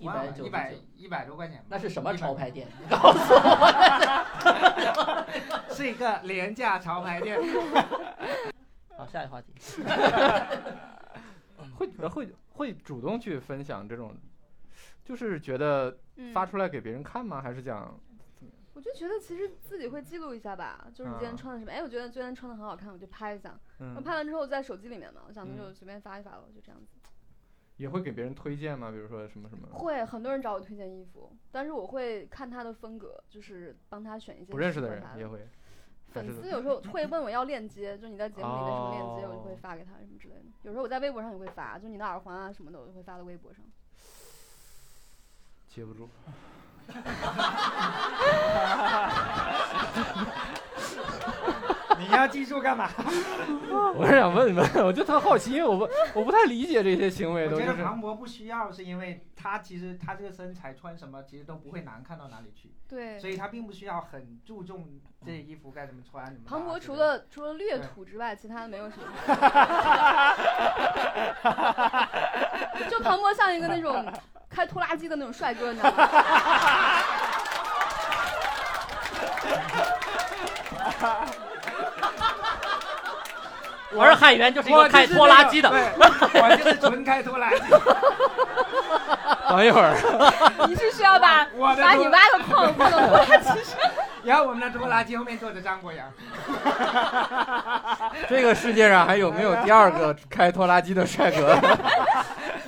B: 我忘了
D: 199
B: 一百一百多块钱吧。
D: 那是什么潮牌店？
B: 是一个廉价潮牌店。
D: 好，下一话题。
A: 会会会主动去分享这种，就是觉得
C: 嗯，
A: 发出来给别人看吗？还是讲
C: 我就觉得其实自己会记录一下吧，就是你今
D: 嗯
C: 天
A: 啊
C: 穿的什么？哎，我觉得今天穿的很好看，我就拍一下。那
A: 嗯
C: 拍完之后在手机里面嘛，我想着
A: 嗯
C: 就随便发一发了，就这样子。
A: 也会给别人推荐吗？比如说什么什么
C: 会很多人找我推荐衣服，但是我会看他的风格，就是帮他选一些
A: 不认识
C: 适
A: 的
C: 合
A: 人
C: 他
A: 也会，还
C: 粉
A: 是
C: 丝有时候会问我要链接，就是你在节目里面什么链接，我就会
A: 哦
C: 发给他什么之类的。有时候我在微博上也会发，就你的耳环啊什么的，我就会发到微博上。
A: 接不住。
B: 你要记住干嘛？
A: 我是想问 问，我就特好奇，因为我不我不太理解这些行为
B: 我
A: 都
B: 觉
A: 就
B: 得
A: 是
B: 庞博不需要，是因为他其实他这个身材穿什么其实都不会难看到哪里去，
C: 对，
B: 所以他并不需要很注重这衣服该怎么穿什么的啊。
C: 庞博
B: 这
C: 除
B: 个
C: 了除了略土之外，其他的没 有什么。就庞博像一个那种开拖拉机的那种帅哥，你知道吗？
D: 我是海源，就是一个开拖拉机的。
B: 我就是那种对我就是纯开拖拉机。
A: 等一会儿，
C: 你是需要把
B: 我的
C: 把你挖的矿放到 我的其实
B: 然后我们的拖拉机后面坐着张博洋，
A: 这个世界上还有没有第二个开拖拉机的帅 哥？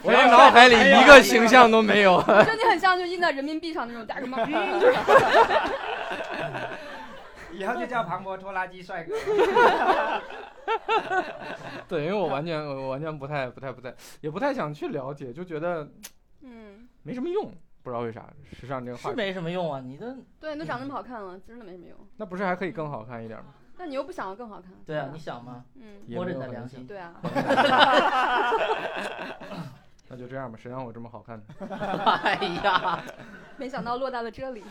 A: 我的脑海里一个形象都没有。
C: 我觉得你很像就印在人民币上那种打个嘛，嗯就是
B: 以后就叫庞博拖拉机帅 哥。
A: 对，因为我完全我完全不太不太不太也不太想去了解，就觉得
C: 嗯，
A: 没什么用，不知道为啥。时尚这个话
D: 是
A: 题，
D: 没什么用啊，你的
C: 对，你都长那么好看了，真的没什么用。
A: 那不是还可以更好看一点吗？
C: 但你又不想要更好看，
D: 对啊，你想嘛，
C: 嗯，
A: 也
D: 摸
A: 没
D: 着
A: 有
D: 你
A: 很
D: 的良
A: 想
D: 心，
C: 对啊，
A: 那就这样吧，谁让我这么好看呢？
D: 哎呀，
C: 没想到落到了这里，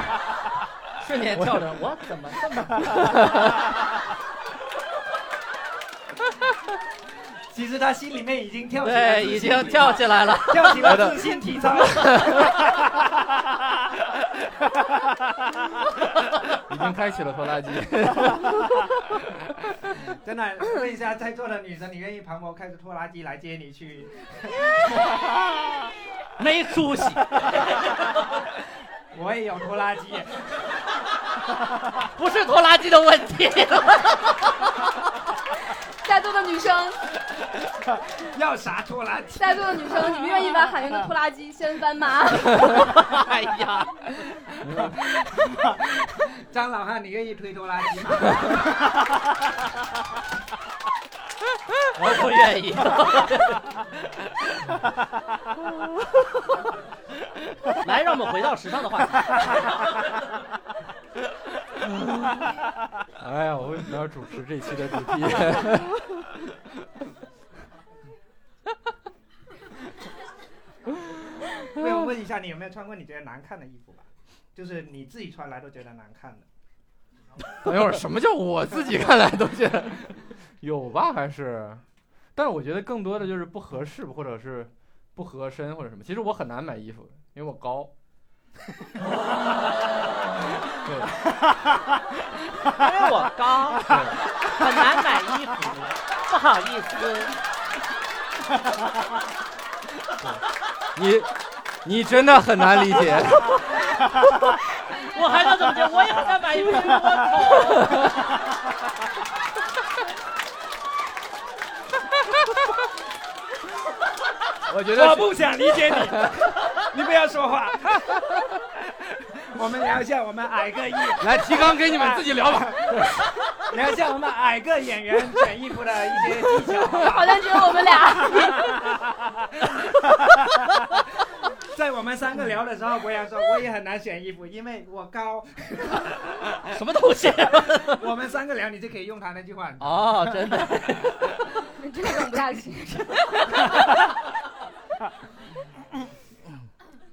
D: 瞬间跳着，我怎么 这么
B: 其实他心里面已经跳起了
D: 对，已经跳起来了，
B: 跳起了自信体操。
A: 已经开启了拖拉机。
B: 真的，问一下在座的女生，你愿意庞博开着拖拉机来接你去？
D: 没出息。
B: 我也有拖拉机，
D: 不是拖拉机的问 题，
C: 在座的女生，
B: 要啥拖拉机？
C: 在座的女生，你们愿意把喊冤的拖拉机掀翻 吗？
D: 哎 呀，
B: 张老汉，你愿意推拖拉机吗？
D: 我不愿 意。来，让我们回到时尚的话题。
A: 哎呀，我为什么要主持这期的主题？
B: 那我问一下，你有没有穿过你觉得难看的衣服吧？就是你自己穿来都觉得难看的。
A: 等一会儿，什么叫我自己看来都觉得 有吧？还是，但是我觉得更多的就是不合适，或者是不合身或者什么。其实我很难买衣服，因为我高。对
D: 因为哎我高，很难买衣服，不好意思。
A: 你，你真的很难理解。
D: 我还能怎么讲？我也很难买衣服，因为我丑。
A: 我 觉得
B: 不想理解 你，你不要说话。 我们聊一下我们矮个艺，
A: 是来提纲给你们自己聊吧。
B: 聊一下我们矮个演员选衣服的一些技巧。
C: 好像只有我们俩，
B: 在我们三个聊的时候，博洋说我也很难选衣服，因为我高。
D: 什么东西？
B: 我们三个聊，你就可以用他那句话。
D: 哦，真的。
C: 这个整不下去。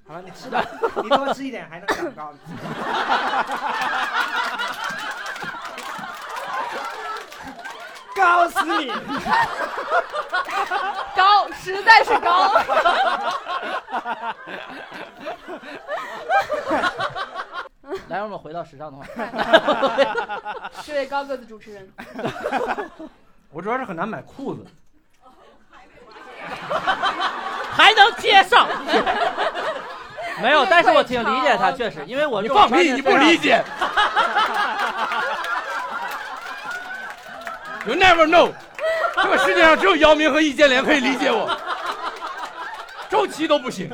B: 好了，你吃吧，你多吃一点还能长高。 高死你！
C: 高，实在是高。
D: 来，让我们回到时尚的话题。
C: 这位高个子主持人，
A: 我主要是很难买裤子，
D: 还能接上。没有，但是我挺理解他，
C: 这个
D: 确实，因为我
A: 你
D: 这种
A: 放
D: 穿
A: 屁，
D: 着
A: 你不理解。You never know，这个世界上只有姚明和易建联可以理解我，周琦都不行，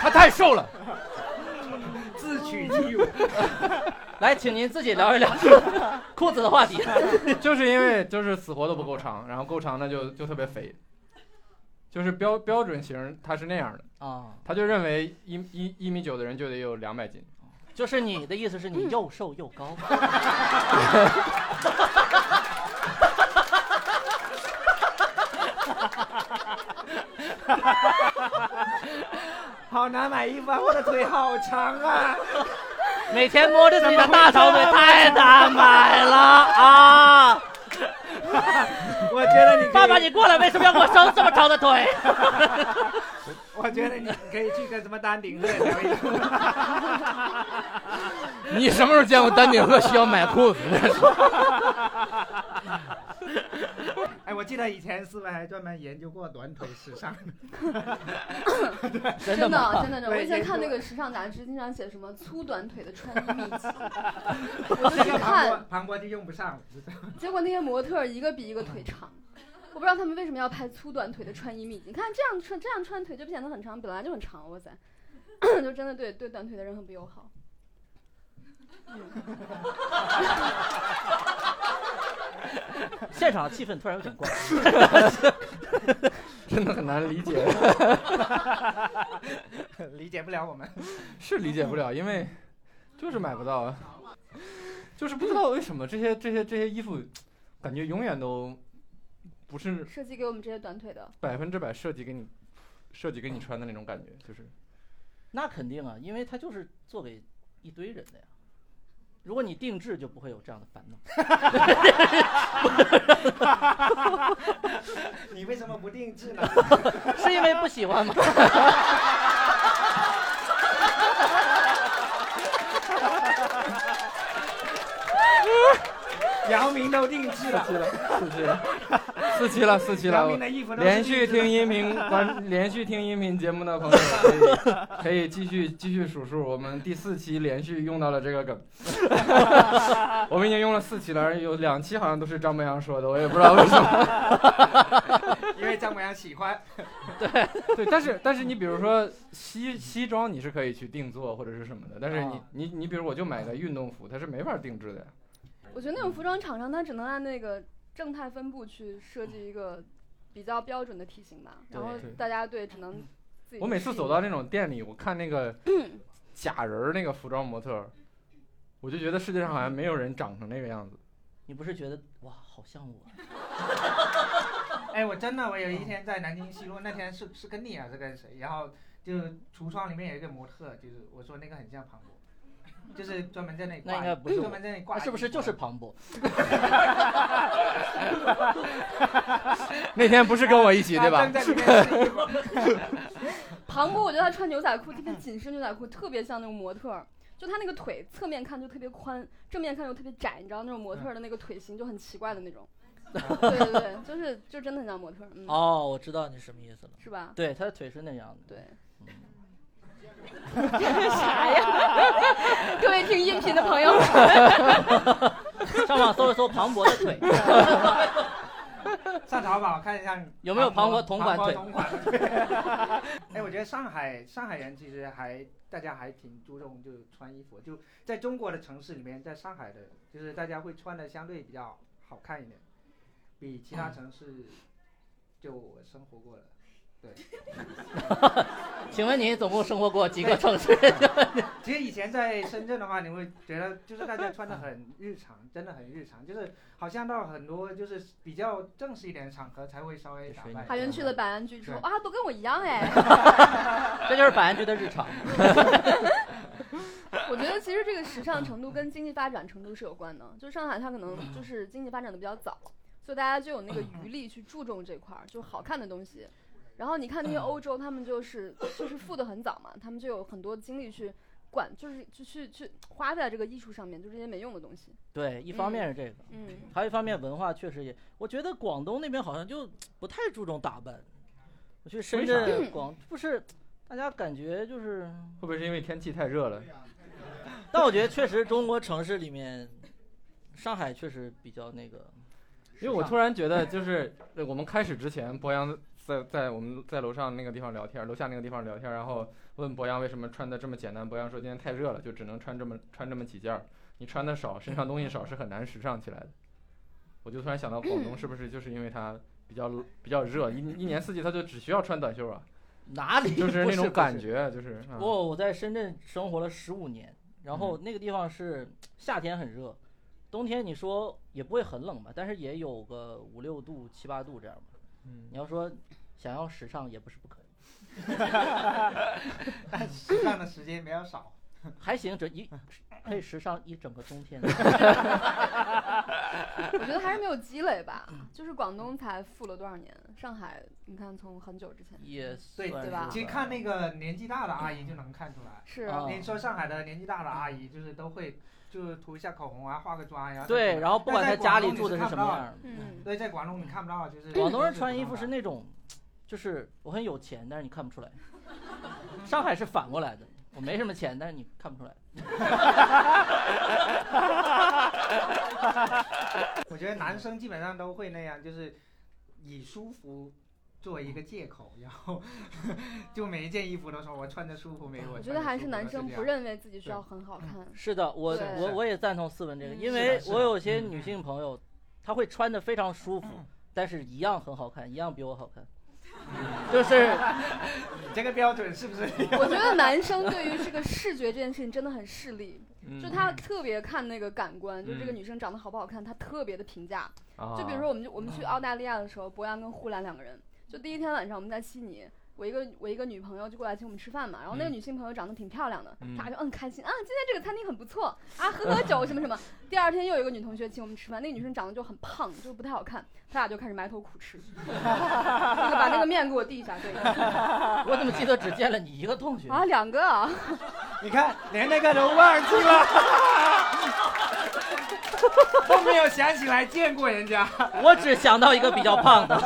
A: 他太瘦了。
B: 自取其辱。
D: 来，请您自己聊一聊裤子的话题。
A: 就是因为就是死活都不够长，然后够长的就就特别肥，就是标标准型他是那样的，
D: 啊，
A: 他就认为一一一米九的人就得有两百斤，
D: 就是你的意思是你又瘦又高，
B: 好难买衣服啊，我的腿好长啊！
D: 每天摸着自己的大长腿，太难买了啊！
B: 我觉得你可以
D: 爸爸，你，过来，为什么要给我生这么长的腿？
B: 我觉得你可以去跟什么丹顶鹤聊一聊。
A: 你什么时候见过丹顶鹤需要买裤子？
B: 哎，我记记得以前思维还专门研究过短腿时尚，
F: 真
C: 真
F: 吗？
C: 的啊真的真的，我
B: 对
C: 以前
B: 研
C: 看
B: 究
C: 那个时尚杂志，经常写什么粗短腿的穿衣秘 籍，我就
B: 这
C: 去
B: 个庞博
C: 看，
B: 庞博就用不上了。
C: 结果那些模特儿一个比一个腿长。我不知道他们为什么要拍粗短腿的穿衣秘籍。你看这样穿，这样穿腿就不显得很长，本来就很长，哇塞， 就真的对对短腿的人很不友好。
D: 现场气氛突然有点怪。
A: 真的很难理解，
B: 理解不了我们。
A: 是理解不了，因为就是买不到啊，就是不知道为什么这些这些这些衣服，感觉永远都不是
C: 设计给我们这些短腿的，
A: 百分之百设计给你设计给你穿的那种感觉，就是
D: 那肯定啊，因为它就是做给一堆人的呀。如果你定制，就不会有这样的烦恼。
B: 你为什么不定制呢？
D: 是因为不喜欢吗？
B: 姚明都定 制了，
A: 四期了，四期了，四期
B: 姚
A: 了
B: 明。的衣服都是
A: 连续
B: 定制的
A: 听音频观，连续听音频节目的朋友可以可以继续继续数数，我们第四期连续用到了这个梗， 我们已经用了四期了，而有两期好像都是张博洋说的，我也不知道为什么。
B: 因为张博洋喜欢。
A: 对，但是但是你比如说西西装你是可以去定做或者是什么的，但是你
D: 啊
A: 你你比如我就买个运动服，它是没法定制的呀。
C: 我觉得那种服装厂商，他只能按那个正态分布去设计一个比较标准的体型吧。然后
A: 对
C: 大家对只能自己。
A: 我每次走到那种店里，我看那个假人儿那个服装模特儿，我就觉得世界上好像没有人长成那个样子。
D: 你不是觉得哇，好像我？
B: 哎，我真的，我有
D: 嗯
B: 一天在南京西路，那天是是跟你还啊是跟谁？然后就橱窗里面有一个模特，就是我说那个很像庞博，就是专门在那里挂，
D: 那应该不是我
B: 专门在那里挂衣
D: 那
B: 服，
D: 啊是不是就是
A: 啊
D: 庞博？
A: 那天不是跟我一起 啊对
B: 他
A: 吧
B: 正？在里面试衣服
C: 庞博，我觉得他穿牛仔裤，特别紧身牛仔裤，特别像那种模特儿。就他那个腿，侧面看就特别宽，正面看又特别窄，你知道那种模特儿的那个腿型就很奇怪的那种。对对对，就是就真的很像模特儿，嗯，
D: 哦，我知道你什么意思了。
C: 是吧？
D: 对，他的腿是那样的。
C: 对。 啥呀？ 各位听音频的朋友，
D: 上网搜一搜庞博的腿，
B: 上淘宝看一下
D: 有没有
B: 庞
D: 庞博同款
B: 庞博
D: 腿
B: 同款。 哎，我觉得上海上海人其实还大家还挺注重就穿衣服，就在中国的城市里面，在上海的，就是大家会穿的相对比较好看一点，比其
D: 嗯
B: 他城市就我生活过了。
D: 请问您总共生活过几个城市？
B: 其实以前在深圳的话，你会觉得就是大家穿的很日常，真的很日常，就是好像到很多就是比较正式一点的场合才会稍微打扮一 下。
C: 海源去了百安居之后，啊，都跟我一样哎。
D: 这就是百安居的日常。
C: 我觉得其实这个时尚程度跟经济发展程度是有关的。就上海，它可能就是经济发展的比较早，所以大家就有那个余力去注重这块儿，就好看的东西。然后你看那些欧洲，他们就是就是富的很早嘛，他们就有很多精力去管，就是就去去花在这个艺术上面，就这些没用的东西。
D: 对，一方面是这个，
C: 嗯，
D: 还有一方面文化确实也，我觉得广东那边好像就不太注重打扮。我去深
A: 为
D: 圳、广不是，大家感觉就是，
A: 会不会是因为天气太热了？
D: 但我觉得确实中国城市里面，上海确实比较那个。
A: 因为我突然觉得，就是呃我们开始之前，博洋在在我们在楼上那个地方聊天，楼下那个地方聊天，然后问博洋为什么穿的这么简单，博洋说今天太热了，就只能穿这么穿这么几件儿，你穿的少，身上东西少是很难时尚起来的。我就突然想到，广东是不是就是因为它比较比较热，一一年四季它就只需要穿短袖 啊，
D: 哪里
A: 就是
D: 不
A: 那种感
D: 不是
A: 觉，就是啊
D: 我我在深圳生活了十五年，然后
C: 嗯
D: 那个地方是夏天很热，冬天你说也不会很冷吧，但是也有个五六度、七八度这样吧。
A: 嗯
D: 你要说想要时尚也不是不可以，
B: 但时尚的时间比较少。
C: 嗯
D: 还行，这一 可以时尚一整个冬天。
C: 我觉得还是没有积累吧， 就是广东才富了多少年，上海你看从很久之前
D: 也
B: 对
D: 算
C: 对吧
D: 是
B: 其实看那个年纪大的阿姨就能看出来。
C: 是
D: 啊
B: 你说上海的年纪大的阿姨，就是都会就是涂一下口红啊，化个妆呀、
D: 对，然后不管他家里住的是什么样儿，
C: 嗯，
B: 对，在广东你看不到，就是
D: 广东人 穿衣服是那种，就是我很有钱，但是你看不出来。上海是反过来的，我没什么钱，但是你看不出来。
B: 我觉得男生基本上都会那样，就是以舒服作为一个
C: 嗯
B: 借口，然后就每一件衣服都说我穿着舒服没？我
C: 啊我
B: 我
C: 觉得还是男生不。认为自己需要很好看，
D: 是的，我
C: 对
D: 我我也赞同思文这个，
C: 嗯
D: 因
B: 是的
D: 为
B: 是的
D: 我有些女性朋友，她会穿的非常舒服，但是一样很好看，一样比我好看，就是
B: 你这个标准是不是？
C: 我觉得男生对于这个视觉这件事情真的很势利，
A: 嗯
C: 就他特别看那个感官，就这个
A: 嗯
C: 女生长得好不好看，他特别的评价。
A: 啊
C: 就比如说，我们就我们去澳大利亚的时候，博洋跟呼兰两个人，就第一天晚上我们在悉尼。我一个我一个女朋友就过来请我们吃饭嘛，然后那个
A: 嗯
C: 女性朋友长得挺漂亮的，
A: 嗯
C: 大家就嗯开心啊，今天这个餐厅很不错 啊，喝喝酒什么什么。第二天又有一个女同学请我们吃饭，那个女生长得就很胖，就不太好看，他俩就开始埋头苦吃， 那个把那个面给我递一 下，对，
D: 我怎么记得只见了你一个同学？
C: 啊两个啊，
B: 你看，连那个都忘记了， 都没有想起来见过人家。
D: 我只想到一个比较胖 的。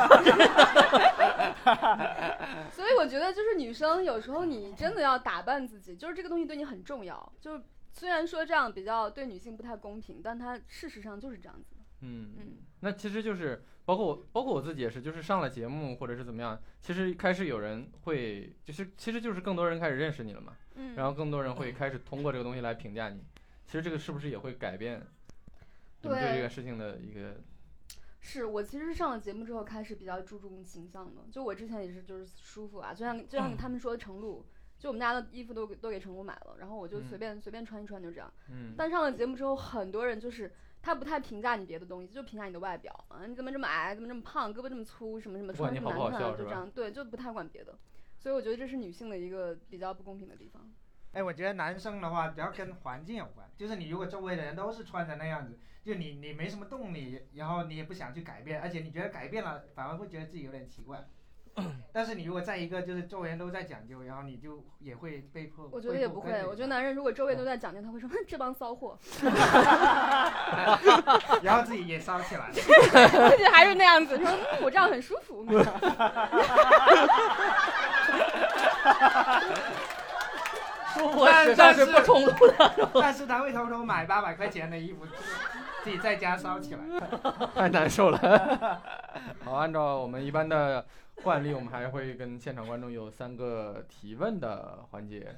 C: 所以我觉得，就是女生有时候你真的要打扮自己，就是这个东西对你很重要。就是虽然说这样比较对女性不太公平，但它事实上就是这样子。
A: 嗯，
C: 嗯，
A: 那其实就是包括我，包括我自己也是，就是上了节目或者是怎么样，其实开始有人会，就是其实就是更多人开始认识你了嘛，
C: 嗯
A: 然后更多人会开始通过这个东西来评价你。其实这个是不是也会改变你们对
C: 对
A: 这个事情的一个？
C: 是我其实是上了节目之后开始比较注重形象的，就我之前也是就是舒服啊，就像就
A: 嗯
C: 像他们说的程璐，就我们家的衣服都给都给程璐买了，然后我就
A: 嗯
C: 随便、随便穿一穿就这样。
A: 嗯
C: 但上了节目之后，很多人就是他不太评价你别的东西，就评价你的外表啊，你怎么这么矮，怎么这么胖，胳膊这么粗，什么什么，
A: 不管
C: 穿
A: 你
C: 这么
A: 好不
C: 难
A: 好
C: 看，
A: 笑
C: 就是这
A: 吧
C: 样，对，就不太管别的。所以我觉得这是女性的一个比较不公平的地方。
B: 哎，我觉得男生的话，主要跟环境有关，就是你如果周围的人都是穿成那样子，就你你没什么动力，然后你也不想去改变，而且你觉得改变了，反而会觉得自己有点奇 怪。但是你如果在一个就是周围人都在讲究，然后你就也会被迫。
C: 我觉得也不会，我觉得男人如果周
B: 嗯
C: 围都在讲究，他会说哼这帮 骚货，
B: 得， 然后自己也骚起来了。
C: 而且还是那样子，说嗯我这样很舒 服。
D: 舒服时尚是不冲突的。
B: 但是他会偷偷买八百块钱的衣服，自己在家烧起来。
A: 太难受了。 好，按照我们一般的惯例，我们还会跟现场观众有三个提问的环节。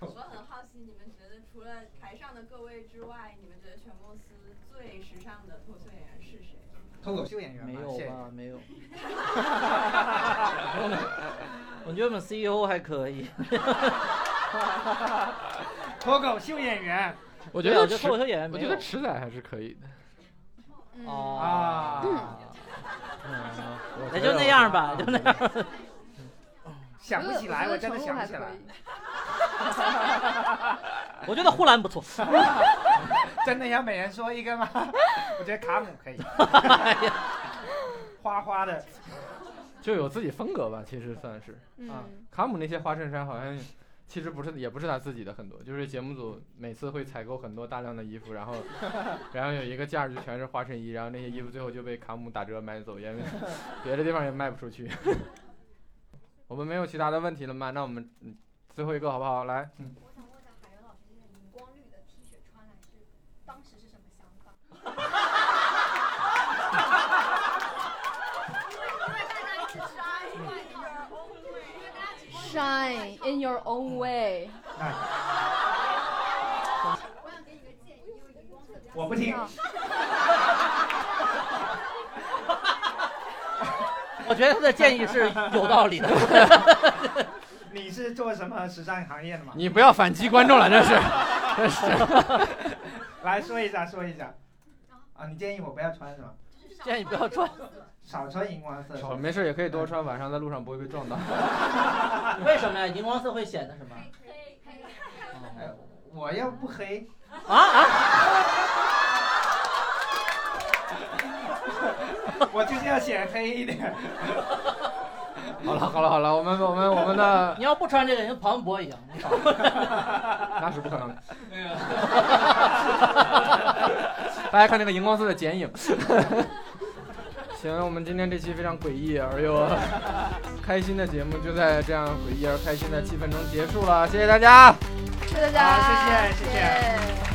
G: 我很好奇，你们觉得除了台上的各位之外，你们觉得全公司最时尚的脱口秀演员是谁？
B: 脱口秀演员
D: 没
B: 嘛
D: 有
B: 谢谢
D: 吧？没有。 我觉得我们 CEO 还可以，
B: 脱口秀演员
A: 我觉
D: 对
A: 得
D: 我觉得
A: 池
D: 脱口秀演员
A: 我
D: 没
A: 觉
D: 有
A: 得池仔还是可以的。
C: 嗯，
B: 哦
D: 啊，
B: 啊，
D: 也就那样吧，就那样。
B: 想不起来，
C: 我
B: 我
C: 觉
B: 真
C: 得
B: 的想
C: 程璐
B: 不
C: 还
B: 起
C: 可
B: 来
C: 以，。
D: 我觉得呼兰不错。
B: 真的要每人说一个吗？ 我觉得卡姆可 以，花花的，
A: 就有自己风格吧，其实算是。啊
C: 嗯，
A: 卡姆那些花衬衫好像其实不是，也不是他自己的很多，就是节目组每次会采购很多大量的衣服，然后然后有一个架儿就全是花衬衣，然后那些衣服最后就被卡姆打折买走，因为别的地方也卖不出去。 我们没有其他的问题了吗？那我们嗯最后一个好不好？来，嗯
G: 我想问一下海源老师，就是荧光绿的 T 恤穿来是当时是什么想法？因为大家一直刷，因为你的 own way，因为大家只
C: Shine in your own way。
B: 哎
G: 我想给你个建议，因为荧光色比较
B: 我不
C: 嗯
B: 听。
D: 我觉得他的建议是有道理的。
B: 你是做什么时尚行业的吗？
A: 你不要反击观众了，这是，这是。
B: 来说一下，说一下。啊，你建议我不要穿什么？
D: 建议不要穿，
B: 少穿荧光色。
A: 没事也可以多穿，晚上在路上不会被撞到。
D: 为什么呀？荧光色会显得什么？哦
G: 黑黑黑。
B: 哎我要不黑，
D: 啊啊！
B: 我就是要显黑一点。
A: 好了好了好了，我们我们我们的
D: 你要不穿这个，人庞博一样。
A: 那是不可能的。大家看那个荧光色的剪影。 行，我们今天这期非常诡异而又开心的节目，就在这样诡异而开心的气氛中结束了，谢谢大家。
C: 谢谢大家，
B: 好谢谢谢谢
C: 谢